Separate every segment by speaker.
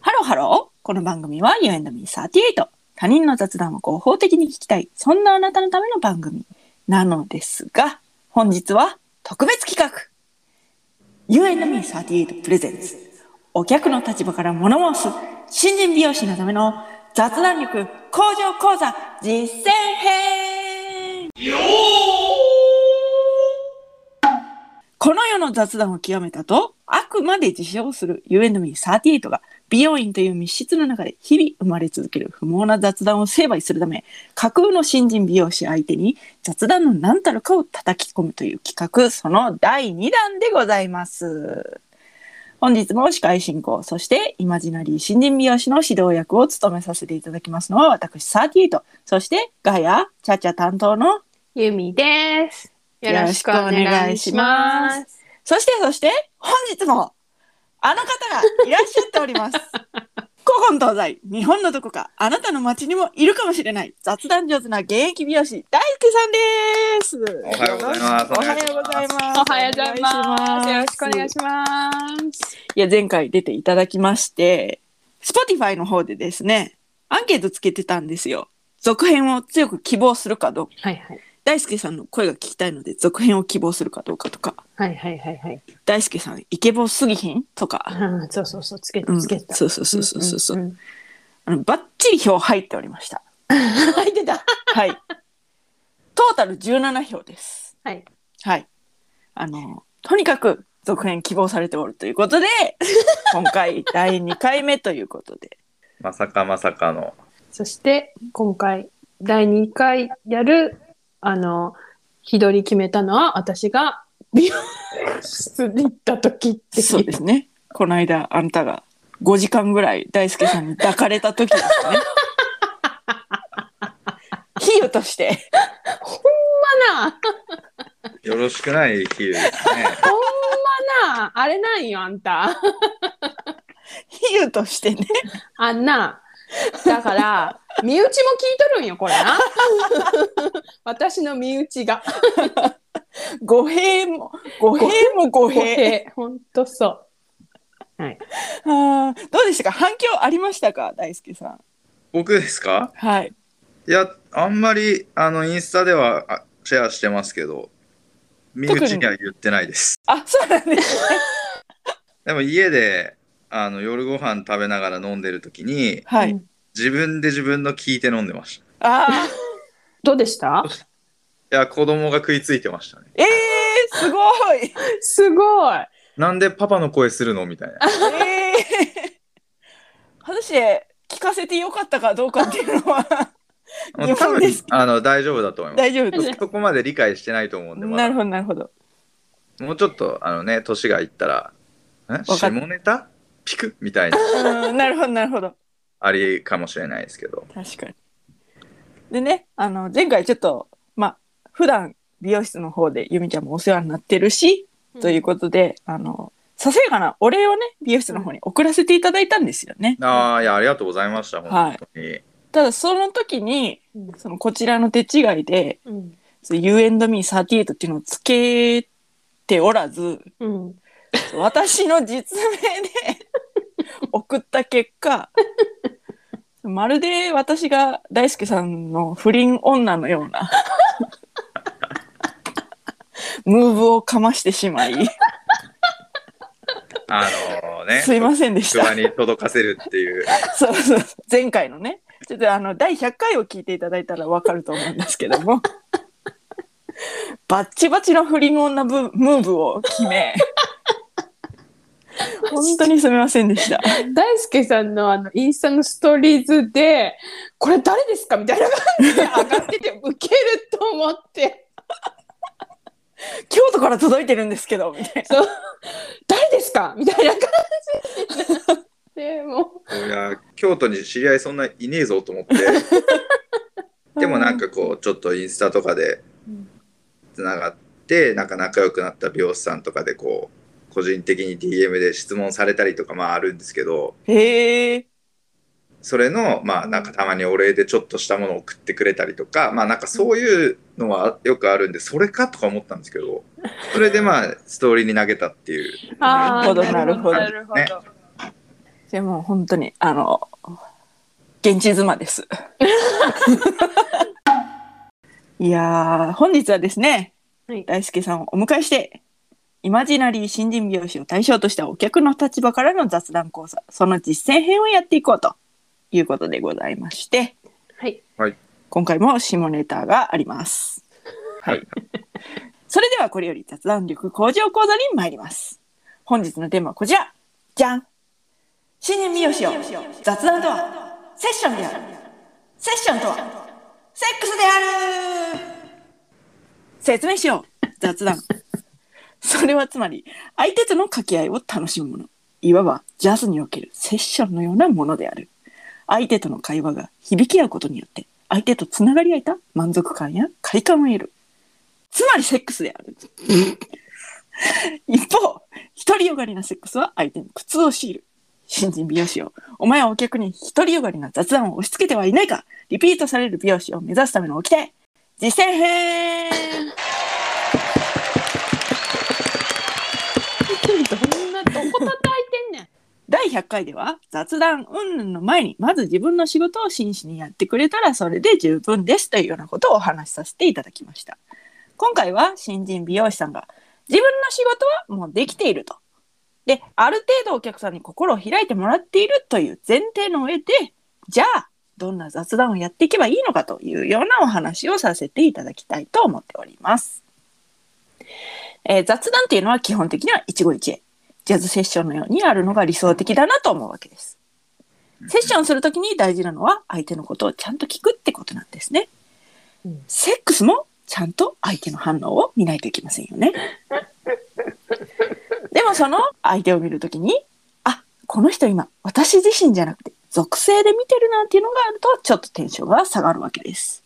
Speaker 1: ハローこの番組は You and me38 他人の雑談を合法的に聞きたいそんなあなたのための番組なのですが本日は特別企画 You and me38 プレゼンツお客の立場から物申す新人美容師のための雑談力向上講座実践編この世の雑談を極めたとあくまで自称する You and me38 が美容院という密室の中で日々生まれ続ける不毛な雑談を成敗するため架空の新人美容師相手に雑談の何たるかを叩き込むという企画その第2弾でございます。本日も司会進行、そしてイマジナリー新人美容師の指導役を務めさせていただきますのは私38、そしてガヤ、チャチャ担当の、
Speaker 2: ゆみです。。
Speaker 1: よろしくお願いしますそしてそして本日もあの方がいらっしゃっており ます。古今東西、日本のどこか、あなたの街にもいるかもしれない雑談上手な現役美容師大輔さんです。
Speaker 3: おはようございます
Speaker 1: おはようございます。
Speaker 2: おはようございます。よろしくお願い
Speaker 1: す。
Speaker 2: します。
Speaker 1: いや、前回出ていただきまして、Spotify の方でですね、アンケートつけてたんですよ。続編を強く希望するかどうか。
Speaker 2: はいはい。
Speaker 1: 大輔さんの声が聞きたいので、続編を希望するかどうかとか、
Speaker 2: はいはいはいはい。
Speaker 1: 大輔さん、イケボすぎひんとか、
Speaker 2: ああ、そうそうそう、つけ
Speaker 1: う
Speaker 2: て
Speaker 1: ん、
Speaker 2: つ
Speaker 1: そ
Speaker 2: け
Speaker 1: う
Speaker 2: てた。
Speaker 1: そうそうそうそうそう、
Speaker 2: んんん。
Speaker 1: あの。ばっちり票入っておりました。
Speaker 2: 入ってた。
Speaker 1: はい。トータル17票です。
Speaker 2: はい。
Speaker 1: はい。あの、とにかく続編希望されておるということ で、今回第2回目ということで、
Speaker 3: まさかまさかの。
Speaker 2: そして、今回、第2回やる、あの、日取り決めたのは、私が美容室に行った時って。
Speaker 1: そうですね。この間、あんたが5時間ぐらい大輔さんに抱かれた時ですね。 比喩として。
Speaker 2: ほんまな、
Speaker 3: よろしくない比喩ですね。
Speaker 2: ほんまな、あれなんよ、あんた。
Speaker 1: 比喩としてね。
Speaker 2: あんな。だから、身内も聞いとるんよ、これな。 私の身内が。
Speaker 1: 語弊も、語弊も語弊。
Speaker 2: ほんとそ
Speaker 1: あーどうでしたか反響ありましたか大輔さん。
Speaker 3: 僕ですか
Speaker 1: はい。
Speaker 3: いや、あんまり、あの、インスタではあシェアしてますけど、身内には言ってないです。
Speaker 1: あ、そうなんですね。
Speaker 3: でも家で、あの、夜ご飯食べながら飲んでる時に、
Speaker 2: う。
Speaker 1: は
Speaker 2: う
Speaker 1: い。
Speaker 2: ん
Speaker 3: 自分で自分の聞いて飲んでまし
Speaker 1: ああ、
Speaker 2: どうでした
Speaker 3: た。いや、子供が食いついてましたね。
Speaker 1: ええー、すごい。
Speaker 2: すごい。
Speaker 3: なんでパパの声するのみたいな。
Speaker 1: ええー。果たして聞かせてよかったかどうかっていうのは疑
Speaker 3: 多
Speaker 1: 問
Speaker 3: 分
Speaker 1: です。
Speaker 3: あの、大丈夫だと思います。
Speaker 1: 大丈夫です。
Speaker 3: そこまで理解してないと思うんで、まだ
Speaker 1: なるほどなるほど。
Speaker 3: もうちょっとあのね年がいったらえ
Speaker 1: かっ
Speaker 3: 下ネタピクみたいな
Speaker 1: うん、なるほどなるほど。
Speaker 3: ありかもしれないですけど
Speaker 1: 確かに。でね、あの前回ちょっとまあ普段美容室の方でゆみちゃんもお世話になってるし、 ということであのささやかなお礼をね美容室の方に送らせていただいたんですよね。
Speaker 3: ああいやありがとうございました本当に、
Speaker 1: ただその時に
Speaker 2: うん
Speaker 1: そのこちらの手違いで
Speaker 2: うん。
Speaker 1: その You and me38 っていうのをつけておらず
Speaker 2: うん。
Speaker 1: 私の実名で送った結果まるで私が大輔さんの不倫女のようなムーブをかましてしまい
Speaker 3: あのね
Speaker 1: すいませんでし
Speaker 3: 職場
Speaker 1: た
Speaker 3: に届かせるっていう
Speaker 1: そうそう前回のねちょっとあの第100回を聞いていただいたらわかると思うんですけどもバッチバチの不倫女ブムーブを決め 本当にすみませんでした。
Speaker 2: 大輔さんのあのインスタのストーリーズで、これ誰ですかみたいな感じで上がってて、ウケると思って、
Speaker 1: 京都から届いてるんですけどみたいな。
Speaker 2: そう誰ですかみたいな感 じで、も
Speaker 3: いや京都に知り合いそんないねえぞと思って でもなんかこうちょっとインスタとかで
Speaker 2: うん
Speaker 3: つながってなんか仲良くなった美容師さんとかでこう個人的に DM で質問されたりとかまああるんですけど
Speaker 1: へえ。
Speaker 3: それのまあなんかたまにお礼でちょっとしたものを送ってくれたりとかまあなんかそういうのはよくあるんでそれかとか思ったんですけどそれでまあストーリーに投げたっていう
Speaker 2: う、ああ、
Speaker 1: なるほど
Speaker 2: なるほど。
Speaker 3: ね
Speaker 1: じゃあもう本当に、あの、現地妻です。 いやー、本日はですね、
Speaker 2: はい
Speaker 1: 大輔さんをお迎えして、イマジナリー新人美容師を対象としたお客の立場からの雑談講座、その実践編をやっていこうということでございまして、
Speaker 2: はい。
Speaker 1: 今回も下ネタがあります。
Speaker 3: はい。
Speaker 1: それではこれより雑談力向上講座に参ります。本日のテーマはこちら。じゃん新年美容師よ雑談とはセッションであるセッションとはセックスである説明しよう雑談。それはつまり相手との掛け合いを楽しむもの。いわばジャズにおけるセッションのようなものである。相手との会話が響き合うことによって相手とつながり合えた満足感や快感を得るつまりセックスである一方独りよがりなセックスは相手に苦痛を強いる新人美容師をお前はお客に独りよがりな雑談を押し付けてはいないかリピートされる美容師を目指すための掟実践編
Speaker 2: どんな、どこ叩いてんねん。
Speaker 1: 第100回では雑談云々の前にまず自分の仕事を真摯にやってくれたらそれで十分ですというようなことをお話しさせていただきました今回は新人美容師さんが自分の仕事はもうできているとである程度お客さんに心を開いてもらっているという前提の上でじゃあどんな雑談をやっていけばいいのかというようなお話をさせていただきたいと思っております、えー雑談というのは基本的には一期一会ジャズセッションのようにあるのが理想的だなと思うわけです。セッションするときに大事なのは相手のことをちゃんと聞くってことなんですね。
Speaker 2: うん
Speaker 1: セックスもちゃんと相手の反応を見ないといけませんよ ね。でもその相手を見るときに、あ、この人今私自身じゃなくて属性で見てるなっていうのがあるとちょっとテンションが下がるわけです。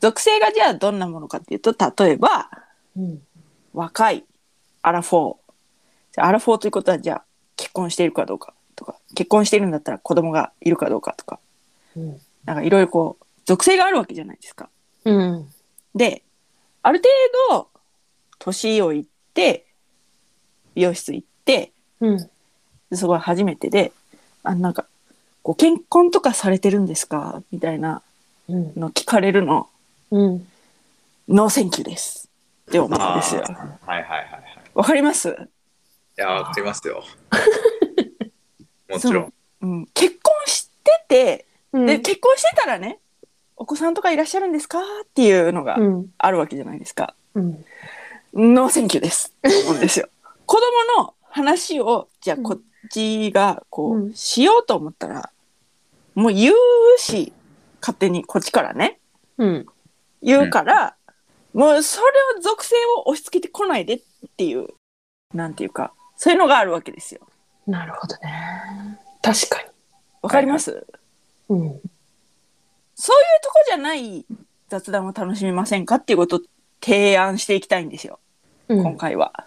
Speaker 1: 属性がじゃあどんなものかっていうと、例えば、
Speaker 2: うん。
Speaker 1: 若いアラフォーじゃあアラフォーということはじゃあ結婚しているかどうかとか結婚しているんだったら子供がいるかどうかとか
Speaker 2: うん。
Speaker 1: なんかいろいろこう属性があるわけじゃないですか。
Speaker 2: うん。
Speaker 1: である程度年をいって美容室行って
Speaker 2: うん。
Speaker 1: でそこは初めてであなんか「ご結婚とかされてるんですか?」みたいな
Speaker 2: うん。
Speaker 1: の聞かれるの
Speaker 2: うん。
Speaker 1: 「ノーセンキューです」って思うん
Speaker 3: あ
Speaker 1: です
Speaker 3: ー
Speaker 1: よ。
Speaker 3: はいはいはいはい。
Speaker 1: わかります
Speaker 3: いや、わかりますよ。もちろん。
Speaker 1: うん、結婚してて
Speaker 2: うん。
Speaker 1: で結婚してたらねお子さんとかいらっしゃるんですかっていうのが
Speaker 2: うん。
Speaker 1: あるわけじゃないですか。
Speaker 2: うん。
Speaker 1: ノーセンキューです。思うんです よ。子供の話をじゃあこっちがこう、
Speaker 2: うん
Speaker 1: しようと思ったらもう言うし勝手にこっちからね
Speaker 2: うん。
Speaker 1: 言うから、もうそれを属性を押し付けてこないでっていうなんていうかそういうのがあるわけですよ。
Speaker 2: なるほどね。確か
Speaker 1: わかります、
Speaker 2: に。うん。
Speaker 1: そういうとこじゃない雑談を楽しみませんかっていうことを提案していきたいんですよ。
Speaker 2: う
Speaker 1: 今
Speaker 2: ん。
Speaker 1: 回は。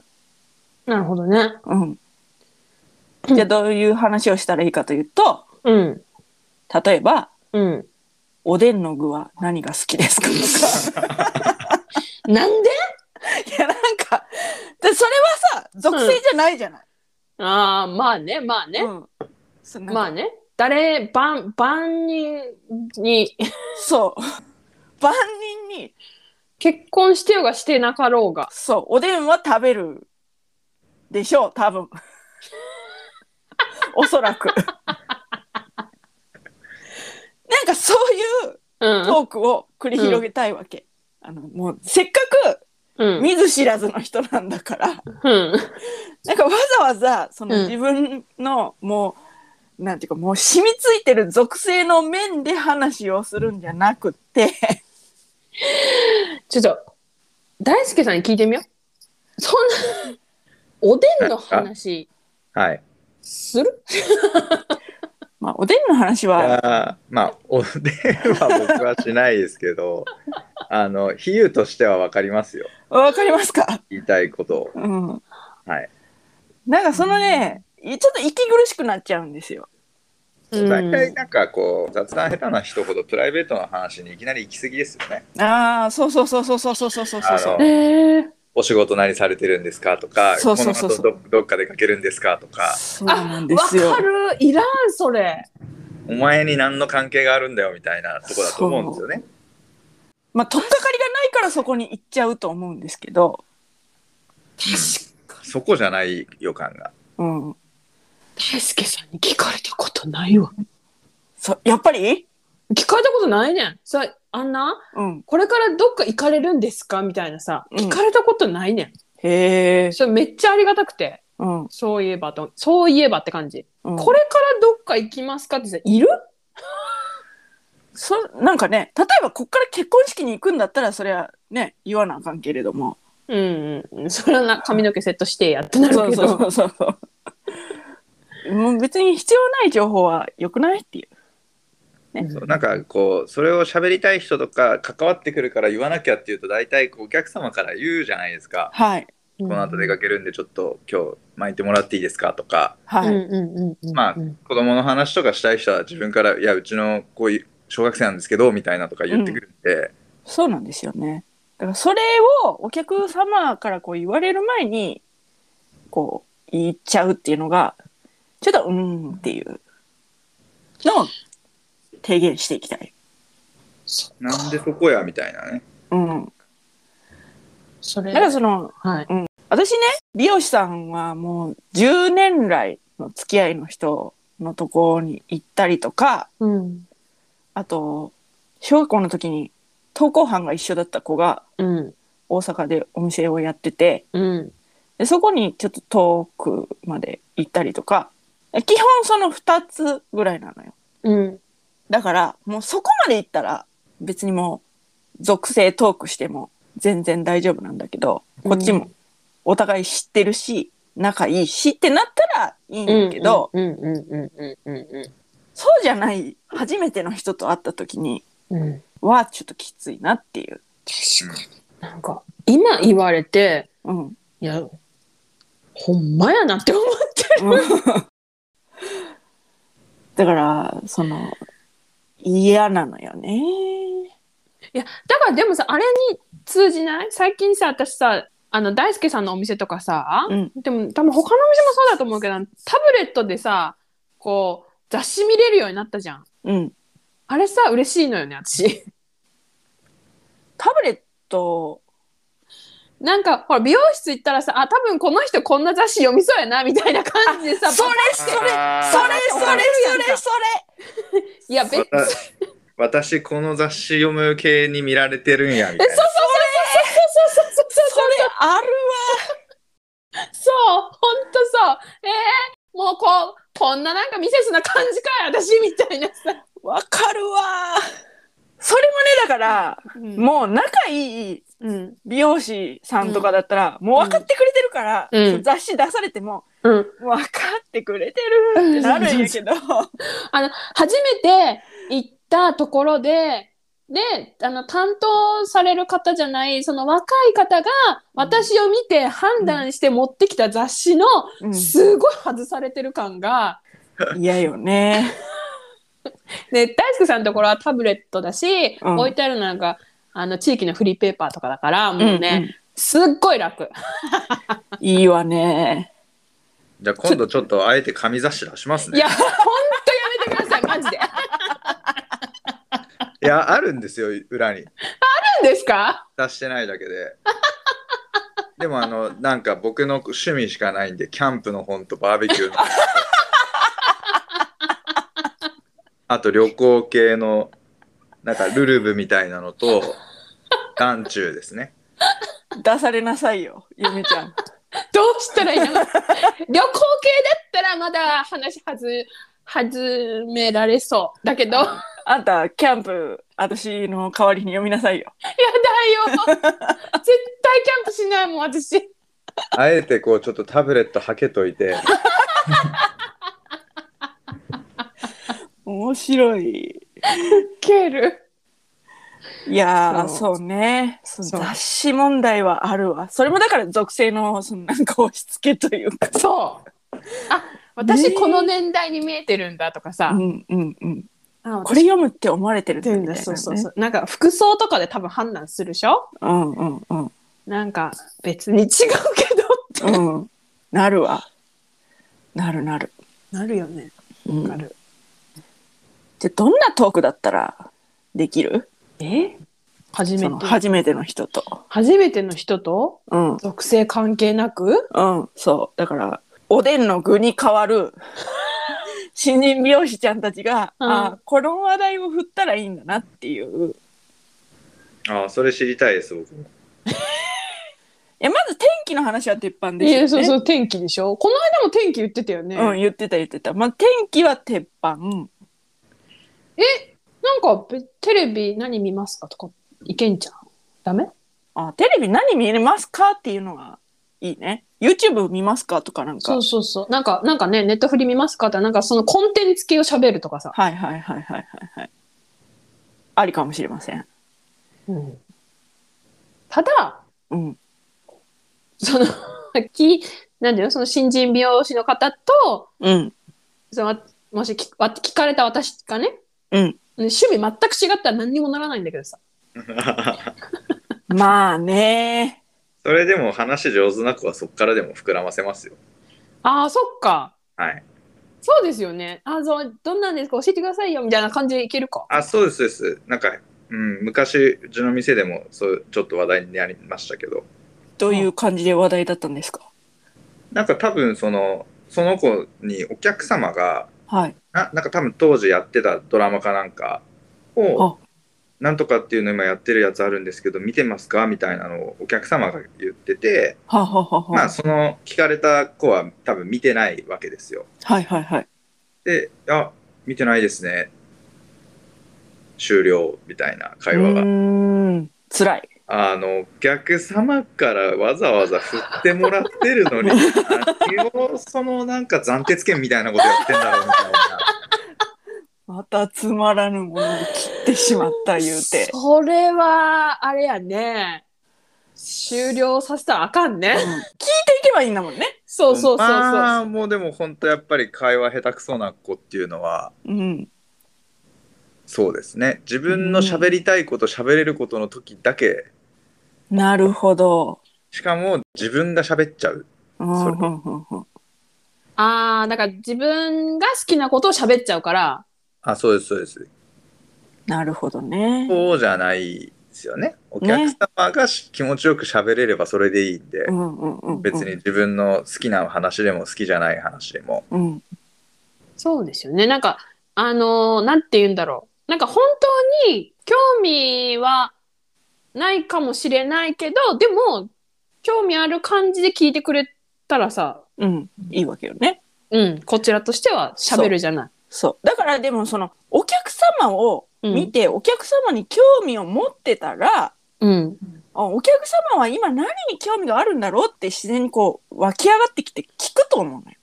Speaker 2: なるほどね。
Speaker 1: うん。じゃあどういう話をしたらいいかというと、
Speaker 2: うん。
Speaker 1: 例えば、
Speaker 2: うん。
Speaker 1: おでんの具は何が好きですか とか。
Speaker 2: なんで
Speaker 1: いや、なんか、でそれはさ、属性じゃないじゃない。
Speaker 2: ああ、まあね、まあね。
Speaker 1: うん。そ
Speaker 2: ま
Speaker 1: あ、
Speaker 2: あね。誰、万、万人に、
Speaker 1: そう。万人に、
Speaker 2: 結婚してようがしてなかろうが。
Speaker 1: そう、おでんは食べるでしょう、多 分。おそらく。なんかそういう
Speaker 2: うん。
Speaker 1: トークを繰り広げたいわけ。あの、もう、せっかく、
Speaker 2: う ん。
Speaker 1: 見ず知らずの人なんだ から
Speaker 2: うん。
Speaker 1: なんかわざわざその
Speaker 2: うん
Speaker 1: 自分のもう、なんていうかもう染みついてる属性の面で話をするんじゃなくて
Speaker 2: ちょっと、大輔さんに聞いてみよう。そんな、おでんの話
Speaker 3: はい。
Speaker 2: する
Speaker 1: まあおでんの話
Speaker 3: い
Speaker 1: は
Speaker 3: やーまあ、おでんは僕はしないですけど、あの、比喩としてはわかりますよ。
Speaker 1: わかりますか、
Speaker 3: 言いたいことを。
Speaker 1: うん、
Speaker 3: はい。
Speaker 1: なんかそのね、ちょっと息苦しくなっちゃうんですよ。
Speaker 2: うん
Speaker 3: 大体なんかこう、雑談下手な人ほどプライベートの話にいきなり行き過ぎですよね。
Speaker 1: ああそうそうそうそうそうそうそうそうそう
Speaker 3: あの
Speaker 2: えー、
Speaker 3: お仕事何されてるんですかとか、
Speaker 1: そうそうそうそう
Speaker 3: この後どどっか出かけるんですかとか、
Speaker 1: そうなんですよ
Speaker 2: わか。るいらんそれ
Speaker 3: お前に何の関係があるんだよみたいなとこだと思うんですよね。
Speaker 1: まあ、取っかかりがないからそこに行っちゃうと思うんですけど、
Speaker 3: うんそこじゃない予感が。
Speaker 1: うん。
Speaker 2: 大輔さんに聞かれたことないわ
Speaker 1: そやっぱり
Speaker 2: 聞かれたことないねんさあんな
Speaker 1: うん。
Speaker 2: これからどっか行かれるんですかみたいなさ
Speaker 1: うん
Speaker 2: 聞かれたことないねん、
Speaker 1: へえ。
Speaker 2: それめっちゃありがたくて
Speaker 1: うん。
Speaker 2: そういえばとそういえばって感じ、
Speaker 1: うん、
Speaker 2: これからどっか行きますかってさいる
Speaker 1: そなんかね例えばこっから結婚式に行くんだったらそれはね言わなあかんけれども
Speaker 2: うん、うん、それはな髪の毛セットしてやってなるけ
Speaker 1: そ
Speaker 2: ど
Speaker 1: うそうそうそうそう もう別に必要ない情報は良くないっていう
Speaker 3: そうなんかこうそれを喋りたい人とか関わってくるから言わなきゃっていうと大体こうお客様から言うじゃないですか。
Speaker 1: はい
Speaker 2: こ
Speaker 3: この後出かけるんでちょっと今日巻いてもらっていいですかとか
Speaker 1: はい、
Speaker 2: うんうんうんうんうん、
Speaker 3: まあ子供の話とかしたい人は自分から「いやうちのこういう小学生なんですけど」みたいなとか言ってくるんで、
Speaker 1: そうなんですよねだからそれをお客様からこう言われる前にこう言っちゃうっていうのがちょっとうーんっていうのを提言していきたい
Speaker 2: そ
Speaker 3: なんでそこやみたいなね。
Speaker 1: うん
Speaker 2: それ
Speaker 1: だからその
Speaker 2: はい
Speaker 1: 私ね美容師さんはもう10年来の付き合いの人のところに行ったりとか
Speaker 2: うん
Speaker 1: あと小学校の時に登校班が一緒だった子が
Speaker 2: うん
Speaker 1: 大阪でお店をやってて
Speaker 2: うん
Speaker 1: でそこにちょっと遠くまで行ったりとか基本その2つぐらいなのよ
Speaker 2: うん
Speaker 1: だからもうそこまで行ったら別にもう属性トークしても全然大丈夫なんだけどこっちもお互い知ってるし仲いいしってなったらいいんだけど、
Speaker 2: うんうんうんうんう
Speaker 1: そうじゃない初めての人と会った時に
Speaker 2: んうんうん
Speaker 1: はちょっときついなっていう。
Speaker 2: 確かになんか今言われて
Speaker 1: うん、
Speaker 2: いやほんまやなって思って
Speaker 1: だからその嫌なのよね。
Speaker 2: だからでもさあれに通じない最近さ私さあの大輔さんのお店とかさ、
Speaker 1: うん
Speaker 2: でも多分他のお店もそうだと思うけどタブレットでさこう雑誌見れるようになったじゃん
Speaker 1: うん、
Speaker 2: あれさ嬉しいのよね私
Speaker 1: タブレット
Speaker 2: なんかほら美容室行ったらさあ多分この人こんな雑誌読みそうやなみたいな感じで さ
Speaker 1: それそれそれそれそれそれ
Speaker 2: いやべ
Speaker 3: わた 私この雑誌読む系に見られてるんやみたいな。
Speaker 2: そうそうそうそう
Speaker 1: それある
Speaker 2: そう、ほんとそう。えー、もうこう、こんななんかミセスな感じかい、私みたいなさ。
Speaker 1: わわかるわ。それもねだから
Speaker 2: も
Speaker 1: もう仲いい
Speaker 2: うん、
Speaker 1: 美容師さんとかだったら、もう分かってくれてるから、
Speaker 2: う
Speaker 1: そ
Speaker 2: ん
Speaker 1: の雑誌出されても
Speaker 2: うん、
Speaker 1: 分かってくれてるってなるんやけど。
Speaker 2: 初めて行ったところで、で、あの、担当される方じゃない、その若い方が、私を見て判断して持ってきた雑誌の、
Speaker 1: うん
Speaker 2: すごい外されてる感が、
Speaker 1: 嫌よね。
Speaker 2: で、大輔さんのところはタブレットだし、
Speaker 1: うん
Speaker 2: 置いてあるのなんか、あの、地域のフリーペーパーとかだから、もうね、すっごい
Speaker 1: う
Speaker 2: 楽。
Speaker 1: んうんいいわね。
Speaker 3: じゃあ今度ちょっとあえて紙雑誌出します
Speaker 2: い
Speaker 3: ね。
Speaker 2: や、ほんとやめてください、マジで。あ
Speaker 3: いやあるんですよ裏に。
Speaker 2: るんですか
Speaker 3: 出してないだ けで。でもあのなんか僕の趣味しかないんでキャンプの本とバーベキューの 本とあと旅行系のなんかルルブみたいなのと眼中ですね
Speaker 1: 出されなさいよ、ゆみちゃん。
Speaker 2: どうしたらいいの旅行系だったらまだ話はず、始められそう。だけど、いやだよ。
Speaker 1: あんた、キャンプ、私の代わりに読みなさいよ。
Speaker 2: 絶対キャンプしないもん、私。
Speaker 3: あえてこうちょっとタブレットはけといて
Speaker 1: 面白い。
Speaker 2: ケール。
Speaker 1: いやー、そ
Speaker 2: そ
Speaker 1: うね。その
Speaker 2: そう
Speaker 1: 雑誌問題はあるわ。それもだから属性の、そのなんか押し付けというか。
Speaker 2: そう。あ、
Speaker 1: ね
Speaker 2: 私
Speaker 1: え
Speaker 2: この年代に見えてるんだとかさ。
Speaker 1: うんうんうん。
Speaker 2: あ
Speaker 1: これ読むって思われてる
Speaker 2: 私見えてる
Speaker 1: み
Speaker 2: ん
Speaker 1: たいな
Speaker 2: だ。
Speaker 1: ね
Speaker 2: そうそうそう。なんか服装とかで多分判断するでしょ
Speaker 1: うんうんうん。
Speaker 2: なんか別に違うけどって
Speaker 1: うん、なるわなるなる、
Speaker 2: なるよね。
Speaker 1: うん
Speaker 2: わかる。
Speaker 1: じゃあどんなトークだったらできる
Speaker 2: え初め
Speaker 1: そ
Speaker 2: て
Speaker 1: の。初めての人と
Speaker 2: 初めての人と
Speaker 1: うん
Speaker 2: 属性関係なく
Speaker 1: うんそうだからおでんの具に変わ る新人美容師ちゃんたちが、
Speaker 2: うん
Speaker 1: あこの話題を振ったらいいんだなっていう
Speaker 3: ああ、それ知りたいです、僕も。
Speaker 1: えまず天気の話は鉄板ですよ
Speaker 2: え
Speaker 1: ね
Speaker 2: そうそう、天気でしょこの間も天気言ってたよね。
Speaker 1: うん、言ってた言ってた、まあ、天気は鉄板
Speaker 2: なんかべテレビ何見ますかとかいけんじゃん。ダメ
Speaker 1: あテレビ何見れますかっていうのがいいね YouTube 見ますかとかなんか
Speaker 2: そうそうそう。なんか、なんかね、ネットフリ見ますかって、なんかそのコンテンツ系を喋るとかさ。
Speaker 1: はいはいはいはいはいはいありかもしれません
Speaker 2: うん、ただ、
Speaker 1: うん
Speaker 2: その、 き、なんていうの、その新人美容師の方と、
Speaker 1: うん
Speaker 2: そのもし聞わ聞かれた私がね、
Speaker 1: うん
Speaker 2: 趣味全く違ったら何にもならないんだけどさ。
Speaker 1: まあね
Speaker 3: それでも話上手な子はそこからでも膨らませますよ。
Speaker 2: ああ、そっか。
Speaker 3: はい。
Speaker 2: そうですよね。あーそう、どんなんですか教えてくださいよ、みたいな感じでいけるか。
Speaker 3: あ、そうです、そうです。なんか、うん、昔、うちの店でもそうちょっと話題になりましたけど、
Speaker 1: どういう感じで話題だったんですか
Speaker 3: なんか多分その、その子にお客様が、
Speaker 1: はい
Speaker 3: ななんか多分当時やってたドラマかなんかを、なんとかっていうの今やってるやつあるんですけど、見てますかみたいなのをお客様が言ってて、
Speaker 1: はあはあはあはあ
Speaker 3: まあその聞かれた子は多分見てないわけですよ。
Speaker 1: はいはいはい
Speaker 3: で、あ、見てないですね。終了みたいな会話
Speaker 1: う
Speaker 3: が。
Speaker 1: ーん辛い
Speaker 3: あの、お客様からわざわざ振ってもらってる のに、何をそのなんか暫定権みたいなことやってんだろうみたいな。
Speaker 1: またつまらぬものを切ってしまった言うて、
Speaker 2: それは、あれやね。終了させたらあかん
Speaker 1: うん、
Speaker 2: ね。
Speaker 1: 聞いていけばいいんだもんね
Speaker 2: そうそうそうそう。
Speaker 3: まあ、もうでも本当やっぱり会話下手くそな子っていうのは、
Speaker 1: うん
Speaker 3: そうですね。自分の喋りたいこと、喋れることの時だけ、
Speaker 1: なるほど
Speaker 3: しかも自分が喋っちゃう。
Speaker 1: うん
Speaker 3: それ
Speaker 1: うんうんうん
Speaker 2: ああ、だから自分が好きなことを喋っちゃうから。
Speaker 3: あ、そうです、そうです。
Speaker 1: なるほどね
Speaker 3: そうじゃないですよね。お客様がし、気持ちよく喋れればそれでいいんで、
Speaker 1: うんうんうんうん
Speaker 3: 別に自分の好きな話でも好きじゃない話でも。
Speaker 1: うん
Speaker 2: そうですよね。なんか、あのーなんて言うんだろう。なんか本当に興味はないかもしれないけど、でも、興味ある感じで聞いてくれたらさ、
Speaker 1: うんいいわけよね
Speaker 2: うん、こちらとしては喋るじゃない。
Speaker 1: そうだからでもそのお客様を見て、お客様に興味を持ってたら
Speaker 2: うん。
Speaker 1: あお客様は今何に興味があるんだろうって自然にこう湧き上がってきて聞くと思うのよ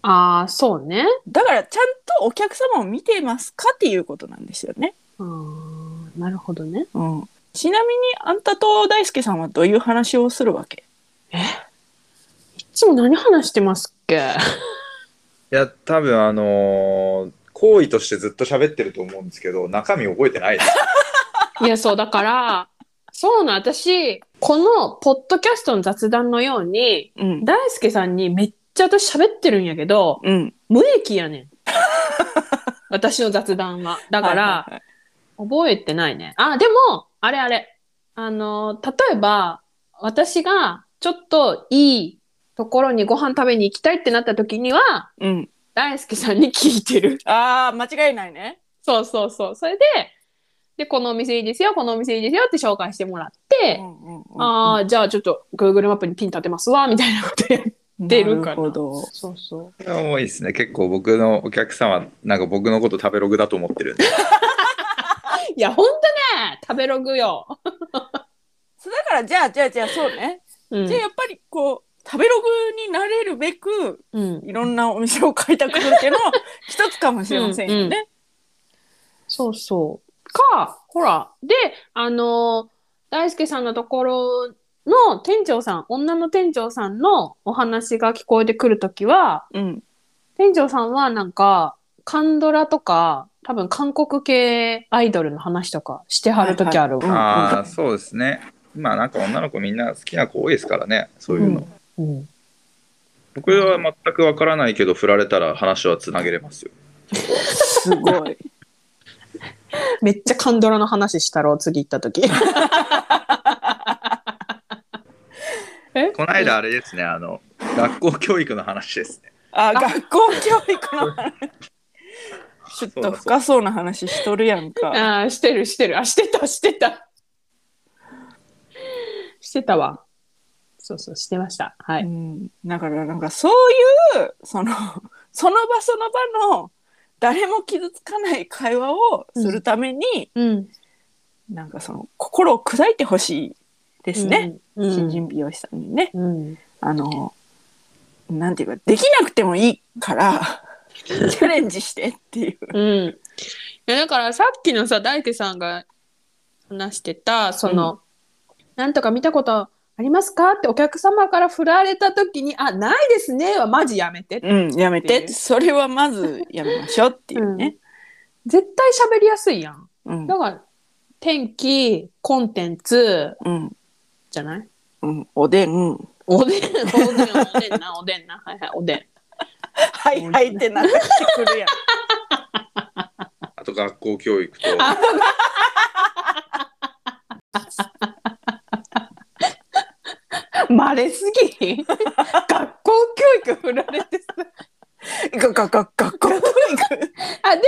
Speaker 2: ああ、そうね。
Speaker 1: だからちゃんとお客様を見てますかっていうことなんですよね、
Speaker 2: あーなるほどね。
Speaker 1: うん、ちなみにあんたと大輔さんはどういう話をするわけ
Speaker 2: いつも何話してますっけ
Speaker 3: いや、多分あのー行為としてずっと喋ってると思うんですけど、中身覚えてないです。
Speaker 2: いや、そう、だから、そうな、私、このポッドキャストの雑談のように、
Speaker 1: うん
Speaker 2: 大輔さんにめっちゃ私喋ってるんやけど
Speaker 1: うん
Speaker 2: 無益やねん 私の雑談はだから、
Speaker 1: はいはい
Speaker 2: 覚えてないねあでもあれあれあの例えば私がちょっといいところにご飯食べに行きたいってなった時には
Speaker 1: はいうん
Speaker 2: 大輔さんに聞いてる
Speaker 1: あー間違いないね
Speaker 2: そうそうそうそれででこのお店いいですよこのお店いいですよって紹介してもらって、
Speaker 1: んうんうん
Speaker 2: ああじゃあちょっと Google マップにピン立てますわみたいなことやってるか
Speaker 1: な
Speaker 2: ら
Speaker 1: るほど
Speaker 2: そうそう
Speaker 3: それは多いですね。結構僕のお客様、なんか僕のこと食べログだと思ってるんで。
Speaker 2: いやほんとね食べログよ
Speaker 1: そうだからじゃあじゃあじゃあそうね、
Speaker 2: うん
Speaker 1: じゃあやっぱりこう食べログになれるべく
Speaker 2: うん、
Speaker 1: いろんなお店を開拓するっていうのも一つかもしれませんよね。
Speaker 2: そうそう。か、ほら。で、あのー大輔さんのところの店長さん、女の店長さんのお話が聞こえてくるときは、
Speaker 1: うん、
Speaker 2: 店長さんはなんか、カンドラとか、多分韓国系アイドルの話とかしてはるときある
Speaker 1: は
Speaker 2: わ。
Speaker 1: いはいうん
Speaker 3: ああ、そうですね。今なんか女の子みんな好きな子多いですからねそういうの、
Speaker 2: うん
Speaker 3: 僕は全くわからないけど振られたら話はつなげれますよ
Speaker 1: すごい。
Speaker 2: めっちゃカンドラの話したろう次行った時え
Speaker 3: この間あれですねあの学校教育の話ですね
Speaker 1: あ、学校教育の話。ちょっと深そうな話しとるやんか。
Speaker 2: ああしてるしてるあしてたしてたしてたわそうそうしてましたは
Speaker 1: う
Speaker 2: い
Speaker 1: ん、だからなんかそういうその その場その場の誰も傷つかない会話をするために、
Speaker 2: うん
Speaker 1: なんかその心を砕いてほしいですね、
Speaker 2: うん
Speaker 1: 新人美容師さんにね。
Speaker 2: うん
Speaker 1: あのなんていうかできなくてもいいからチャレンジしてっていう。
Speaker 2: うん、いやだからさっきのさ大輝さんが話してたその、なんとか見たことありますかってお客様から振られた時に「あないですね」はマジやめて、
Speaker 1: うん、やめ
Speaker 2: ってい
Speaker 1: て
Speaker 2: う
Speaker 1: それはまずやめましょうっていうね。
Speaker 2: 絶対喋りやすいやん
Speaker 1: うん
Speaker 2: だから天気コンテンツ
Speaker 1: うん
Speaker 2: じゃない
Speaker 1: うん、おでん
Speaker 2: おでんおでんおでんなおでんなはいはいお でん
Speaker 1: はいはいってなってくるやん。
Speaker 3: あと学校教育と
Speaker 2: まれすぎ 学校教育振られてさ
Speaker 1: ががが学校教育。
Speaker 2: あでも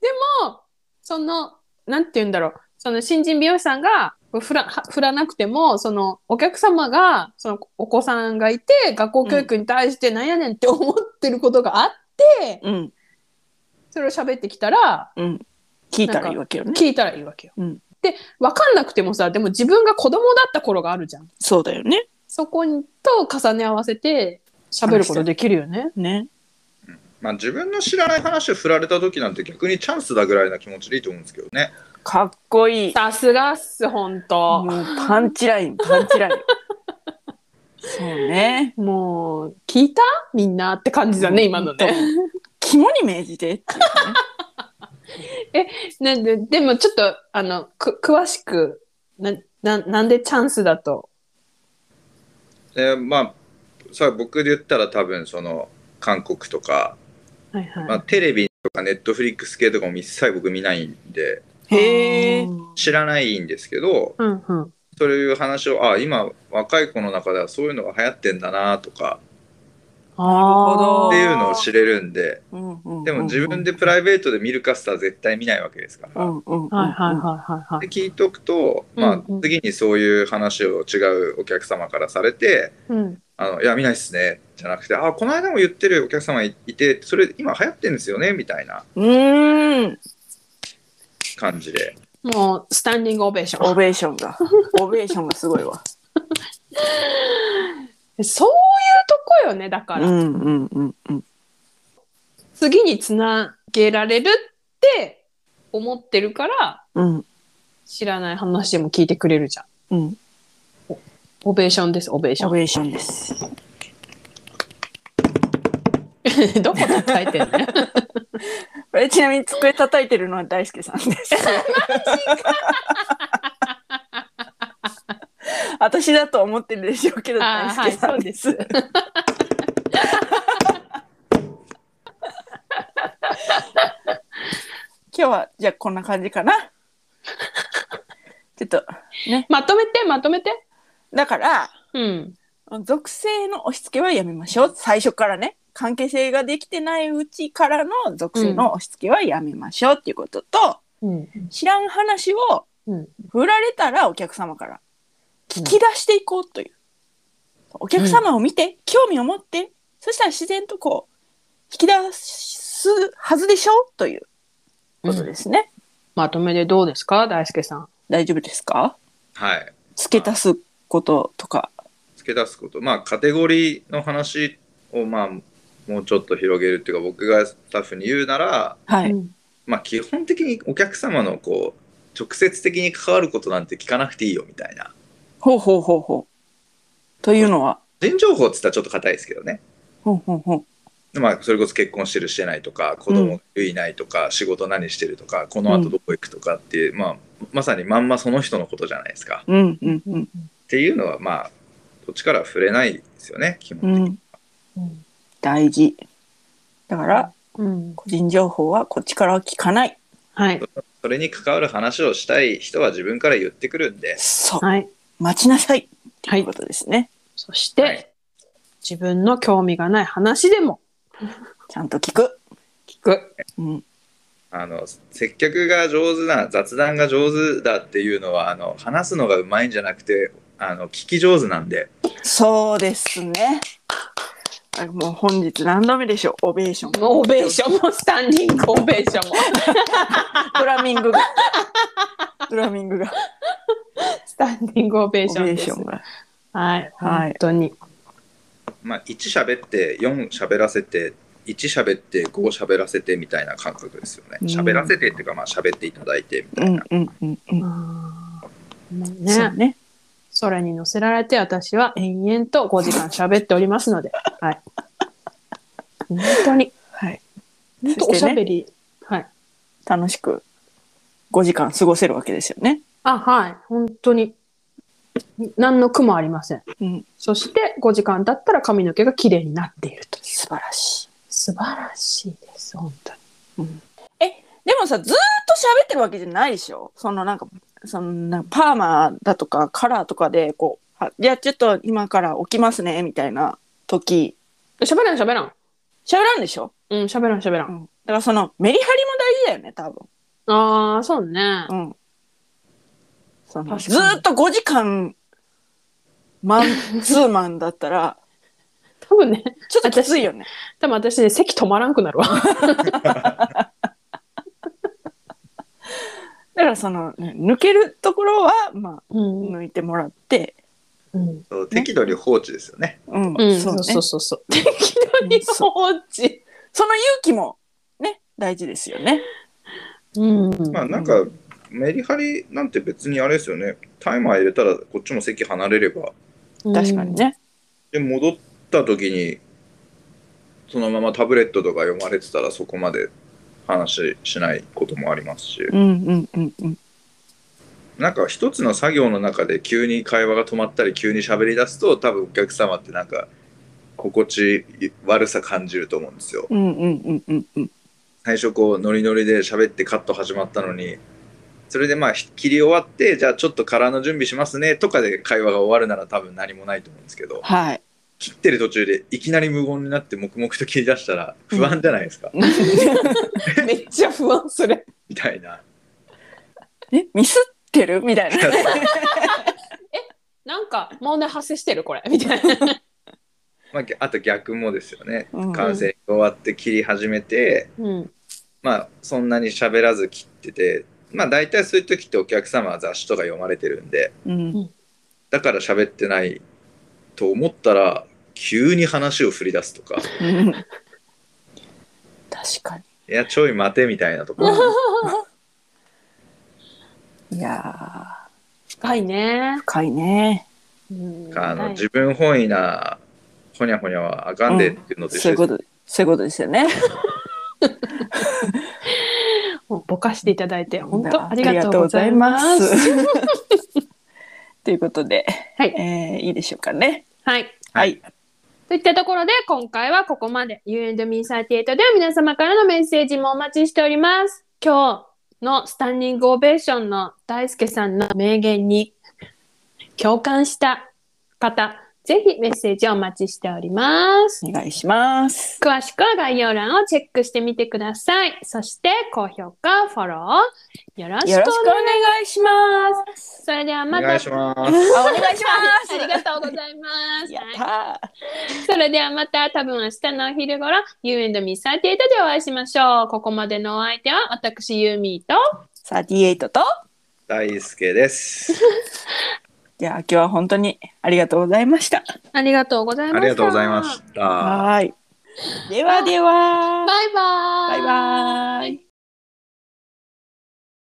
Speaker 2: でもそのなんて言うんだろうその新人美容師さんが振らは振らなくてもそのお客様がそのお子さんがいて学校教育に対してなんやねんって思ってることがあって、
Speaker 1: うん
Speaker 2: それを喋ってきたら
Speaker 1: うん、聞いたらいいわけよね。
Speaker 2: 聞いたらいいわけよ。
Speaker 1: うん
Speaker 2: で分かんなくてもさでも自分が子供だった頃があるじゃん。
Speaker 1: そうだよね。
Speaker 2: そこにと重ね合わせて喋ることできるよね。
Speaker 1: ね。
Speaker 3: まあ自分の知らない話を振られた時なんて逆にチャンスだぐらいな気持ちでいいと思うんですけどね
Speaker 1: かっこいい。
Speaker 2: さすがっす本
Speaker 1: も
Speaker 2: 当
Speaker 1: う。パンチライン、パンチライン。そうね。
Speaker 2: もう聞いたみんなって感じだね今のね。
Speaker 1: 肝に銘じてっていうね。
Speaker 2: ね、ででもちょっとあのく詳しくなななんでチャンスだと。
Speaker 3: でまあさ僕で言ったら多分その韓国とか、
Speaker 2: はいはい
Speaker 3: まあ、テレビとかネットフリックス系とかも一切僕見ないんで
Speaker 1: へえ。
Speaker 3: 知らないんですけど
Speaker 2: うんうん
Speaker 3: そういう話をあ今若い子の中ではそういうのが流行ってんだなとか
Speaker 1: あー
Speaker 3: っていうのを知れるんで
Speaker 1: うんうんうん
Speaker 3: でも自分で。プライベートで見るカスター絶対見ないわけですか
Speaker 1: う
Speaker 3: ら。
Speaker 1: んうんうん。
Speaker 2: はいはいはいはいは
Speaker 3: で
Speaker 2: い。
Speaker 3: 聞いとくと、ま
Speaker 2: うんう
Speaker 3: あ、
Speaker 2: ん
Speaker 3: 次にそういう話を違うお客様からされて
Speaker 2: うん
Speaker 3: 「あのいや見ないっすね」じゃなくて「あこの間も言ってるお客様いいてそれ今流行ってんですよね」みたいな
Speaker 1: うーん。
Speaker 3: 感じで
Speaker 2: もうスタンディングオベーショ
Speaker 1: オ
Speaker 2: ン。
Speaker 1: ベーションが。オベーションがすごいわ。
Speaker 2: そういうとこよねだ
Speaker 1: う
Speaker 2: から、
Speaker 1: んうんうんうん。
Speaker 2: 次につなげられるって思ってるから
Speaker 1: うん
Speaker 2: 知らない話でも聞いてくれるじゃん。
Speaker 1: うん。
Speaker 2: オベーションですオベーシ
Speaker 1: オ
Speaker 2: ョ
Speaker 1: ベーションです。
Speaker 2: ン。どこ叩いてん の
Speaker 1: これちなみに机叩いてるのは大輔さん です。私だと思ってるでしょうけど、
Speaker 2: あ
Speaker 1: 大
Speaker 2: ーはい
Speaker 1: 輔さ
Speaker 2: そ
Speaker 1: ん
Speaker 2: う
Speaker 1: で。
Speaker 2: ですす。
Speaker 1: 今日はじゃあこんな感じかな。ちょっと
Speaker 2: まとめてまとめて。
Speaker 1: だから
Speaker 2: うん。
Speaker 1: 属性の押し付けはやめましょう。最初からね関係性ができてないうちからの属性の押し付けはやめましょうっていうことと、
Speaker 2: うん。
Speaker 1: 知らん話を
Speaker 2: うん
Speaker 1: 振られたらお客様から聞き出していこうという、お客様を見て、興味を持ってそしたら自然とこう引き出すはずでしょうということですね、
Speaker 2: まとめでどうですか大輔さん。
Speaker 1: 大丈夫ですか
Speaker 3: はい
Speaker 1: 付け足すこととか
Speaker 3: 付け出すことまあカテゴリーの話をまあもうちょっと広げるっていうか僕がスタッフに言うなら
Speaker 1: はい、
Speaker 2: うん
Speaker 3: まあ基本的にお客様のこう直接的に関わることなんて聞かなくていいよみたいな
Speaker 1: ほうほうほうほうというのは
Speaker 3: 個人情報っつったらちょっと硬いですけどね
Speaker 1: ほうほうほう
Speaker 3: まあそれこそ結婚してるしてないとか子供いるいないとか、仕事何してるとかこの後どこ行くとかっていう、まあまさにまんまその人のことじゃないですか。
Speaker 1: うんうんうん
Speaker 3: っていうのはまあこっちからは触れないですよね基
Speaker 1: う
Speaker 3: 本的に。
Speaker 1: ん大事だから
Speaker 2: うん。
Speaker 1: 個人情報はこっちからは聞かない
Speaker 2: はい。
Speaker 3: それに関わる話をしたい人は自分から言ってくるんで、
Speaker 1: そう
Speaker 2: はい。
Speaker 1: 待ちなさいって
Speaker 2: はいいう
Speaker 1: ことですね、
Speaker 2: そして、
Speaker 3: はい
Speaker 2: 自分の興味がない話でも
Speaker 1: ちゃんと聞く、
Speaker 2: 聞く。
Speaker 1: うん、
Speaker 3: あの接客が上手な雑談が上手だっていうのはあの話すのがうまいんじゃなくてあの聞き上手なんで
Speaker 1: そうですねあもう本日何度目でしょうオベーション
Speaker 2: オベーションもスタンディングオベーション も。
Speaker 1: ドラミング がドラミングが
Speaker 2: スタンディングオベー
Speaker 1: オ
Speaker 2: シ
Speaker 1: ベ
Speaker 2: ョン
Speaker 1: ー
Speaker 2: です
Speaker 1: ショ。ンが
Speaker 2: はい。
Speaker 1: はい
Speaker 2: 本当に。
Speaker 3: まあ、1喋って4喋らせて1喋って5喋らせてみたいな感覚ですよね。
Speaker 1: うん
Speaker 3: 喋らせてっていうか、まあ、喋っていただいてみた
Speaker 1: う
Speaker 3: い
Speaker 1: ん
Speaker 3: な。
Speaker 1: うんうんうん
Speaker 2: もう
Speaker 1: そう
Speaker 2: ね、
Speaker 1: ね
Speaker 2: 空に乗せられて私は延々と5時間喋っておりますの で。はい。本当に、
Speaker 1: はい
Speaker 2: 本当お
Speaker 1: そし
Speaker 2: して
Speaker 1: ね
Speaker 2: ゃべり。はい。
Speaker 1: 楽しく5時間過ごせるわけですよね
Speaker 2: あ、はい。本当に。何の苦もありません。
Speaker 1: うん
Speaker 2: そして5時間経ったら髪の毛が綺麗になっていると。
Speaker 1: 素晴らしい
Speaker 2: 素晴らしいです、本当に。
Speaker 1: でもさずーっと喋ってるわけじゃないでしょそのなんかそのなんかパーマだとかカラーとかでこうは「いやちょっと今から起きますね」みたいな時
Speaker 2: 喋らん喋らん。
Speaker 1: 喋らんでしょ
Speaker 2: うん、喋らん喋らん。
Speaker 1: だからそのメリハリも大事だよね多分
Speaker 2: ああ、そうね。
Speaker 1: うんその
Speaker 2: 確
Speaker 1: ず
Speaker 2: かに
Speaker 1: ーっと5時間マンツーマンだった ら
Speaker 2: 多分ね、
Speaker 1: ちょっときついよね
Speaker 2: 多分私ね、席止まらんくなるわ。
Speaker 1: だからそのね抜けるところはま
Speaker 2: う
Speaker 1: あ
Speaker 2: ん。
Speaker 1: 抜いてもらって
Speaker 2: うん。
Speaker 3: そう適度に放置ですよね。
Speaker 1: うん、
Speaker 2: うん、
Speaker 1: そ
Speaker 2: そうう
Speaker 1: ね
Speaker 2: そうそうそう。適当に放置。
Speaker 1: その勇気もね大事ですよね
Speaker 2: うん。
Speaker 3: まあなんかメリハリなんて別にあれですよね。タイマー入れたらこっちも席離れれば。
Speaker 1: 確かにね
Speaker 3: で戻った時にそのままタブレットとか読まれてたらそこまで話しないこともありますし。
Speaker 1: うんうんうんうん
Speaker 3: なんか一つの作業の中で急に会話が止まったり急に喋り出すと多分お客様ってなんか心地悪さ感じると思うんですよ。
Speaker 1: うんうんうんうんうん
Speaker 3: 最初こうノリノリで喋ってカット始まったのにそれでまあひ切り終わってじゃあちょっと空の準備しますねとかで会話が終わるなら多分何もないと思うんですけど
Speaker 1: はい
Speaker 3: 切ってる途中でいきなり無言になって黙々と切り出したら不安じゃないですか、
Speaker 2: めっちゃ不安それ。
Speaker 3: みたいな。
Speaker 1: えミスってるみたいな
Speaker 2: なんか問題発生してるこれみたいな。
Speaker 3: まあ、あと逆もですよね
Speaker 1: うん
Speaker 3: 完成終わって切り始めて、
Speaker 2: うん。
Speaker 3: まあそんなに喋らず切っててまあ大体そういう時ってお客様は雑誌とか読まれてるんで
Speaker 1: うん
Speaker 3: だから喋ってないと思ったら急に話を振り出すとか
Speaker 1: うん確か
Speaker 3: 「いやちょい待て」みたいなとこ
Speaker 1: にいや
Speaker 2: 深いね
Speaker 1: ー。深いね
Speaker 2: うん
Speaker 3: あの
Speaker 2: はい
Speaker 3: 自分本位なほにゃほにゃはあかんでっていうのと一
Speaker 1: そうい
Speaker 3: 緒
Speaker 1: う
Speaker 3: で
Speaker 1: こ
Speaker 3: す
Speaker 1: とそういうことですよね
Speaker 2: もうぼかしていただいて本
Speaker 1: いや
Speaker 2: 当ありがとうございます。
Speaker 1: ありがとうございます ということで、
Speaker 2: はい
Speaker 1: えーいいでしょうかね
Speaker 2: はい。
Speaker 1: はい
Speaker 2: といったところで今回はここまで You and me38 では皆様からのメッセージもお待ちしております。今日のスタンディングオベーションの大輔さんの名言に共感した方、ぜひメッセージをお待ちしております。
Speaker 1: お願いします
Speaker 2: 詳しくは概要欄をチェックしてみてください。そして高評価、フォローよろしくお
Speaker 1: よろしくお
Speaker 2: 願い
Speaker 1: 願いします
Speaker 2: それでは
Speaker 3: お
Speaker 2: また。
Speaker 3: 願いします。
Speaker 1: あお願いします
Speaker 2: ありがとうございます。
Speaker 1: や
Speaker 2: はい
Speaker 1: ったー
Speaker 2: それではまた多分明日のお昼ごろ You and me38 でお会いしましょう。ここまでのお相手は私ユーミーと
Speaker 1: 38と
Speaker 3: 大輔です。
Speaker 1: じゃあ今日は本当にありがとうございました
Speaker 2: ありがとうございました。
Speaker 3: ありがとうございました。
Speaker 1: はいではでは
Speaker 2: バイバーイ。
Speaker 1: バイバーイ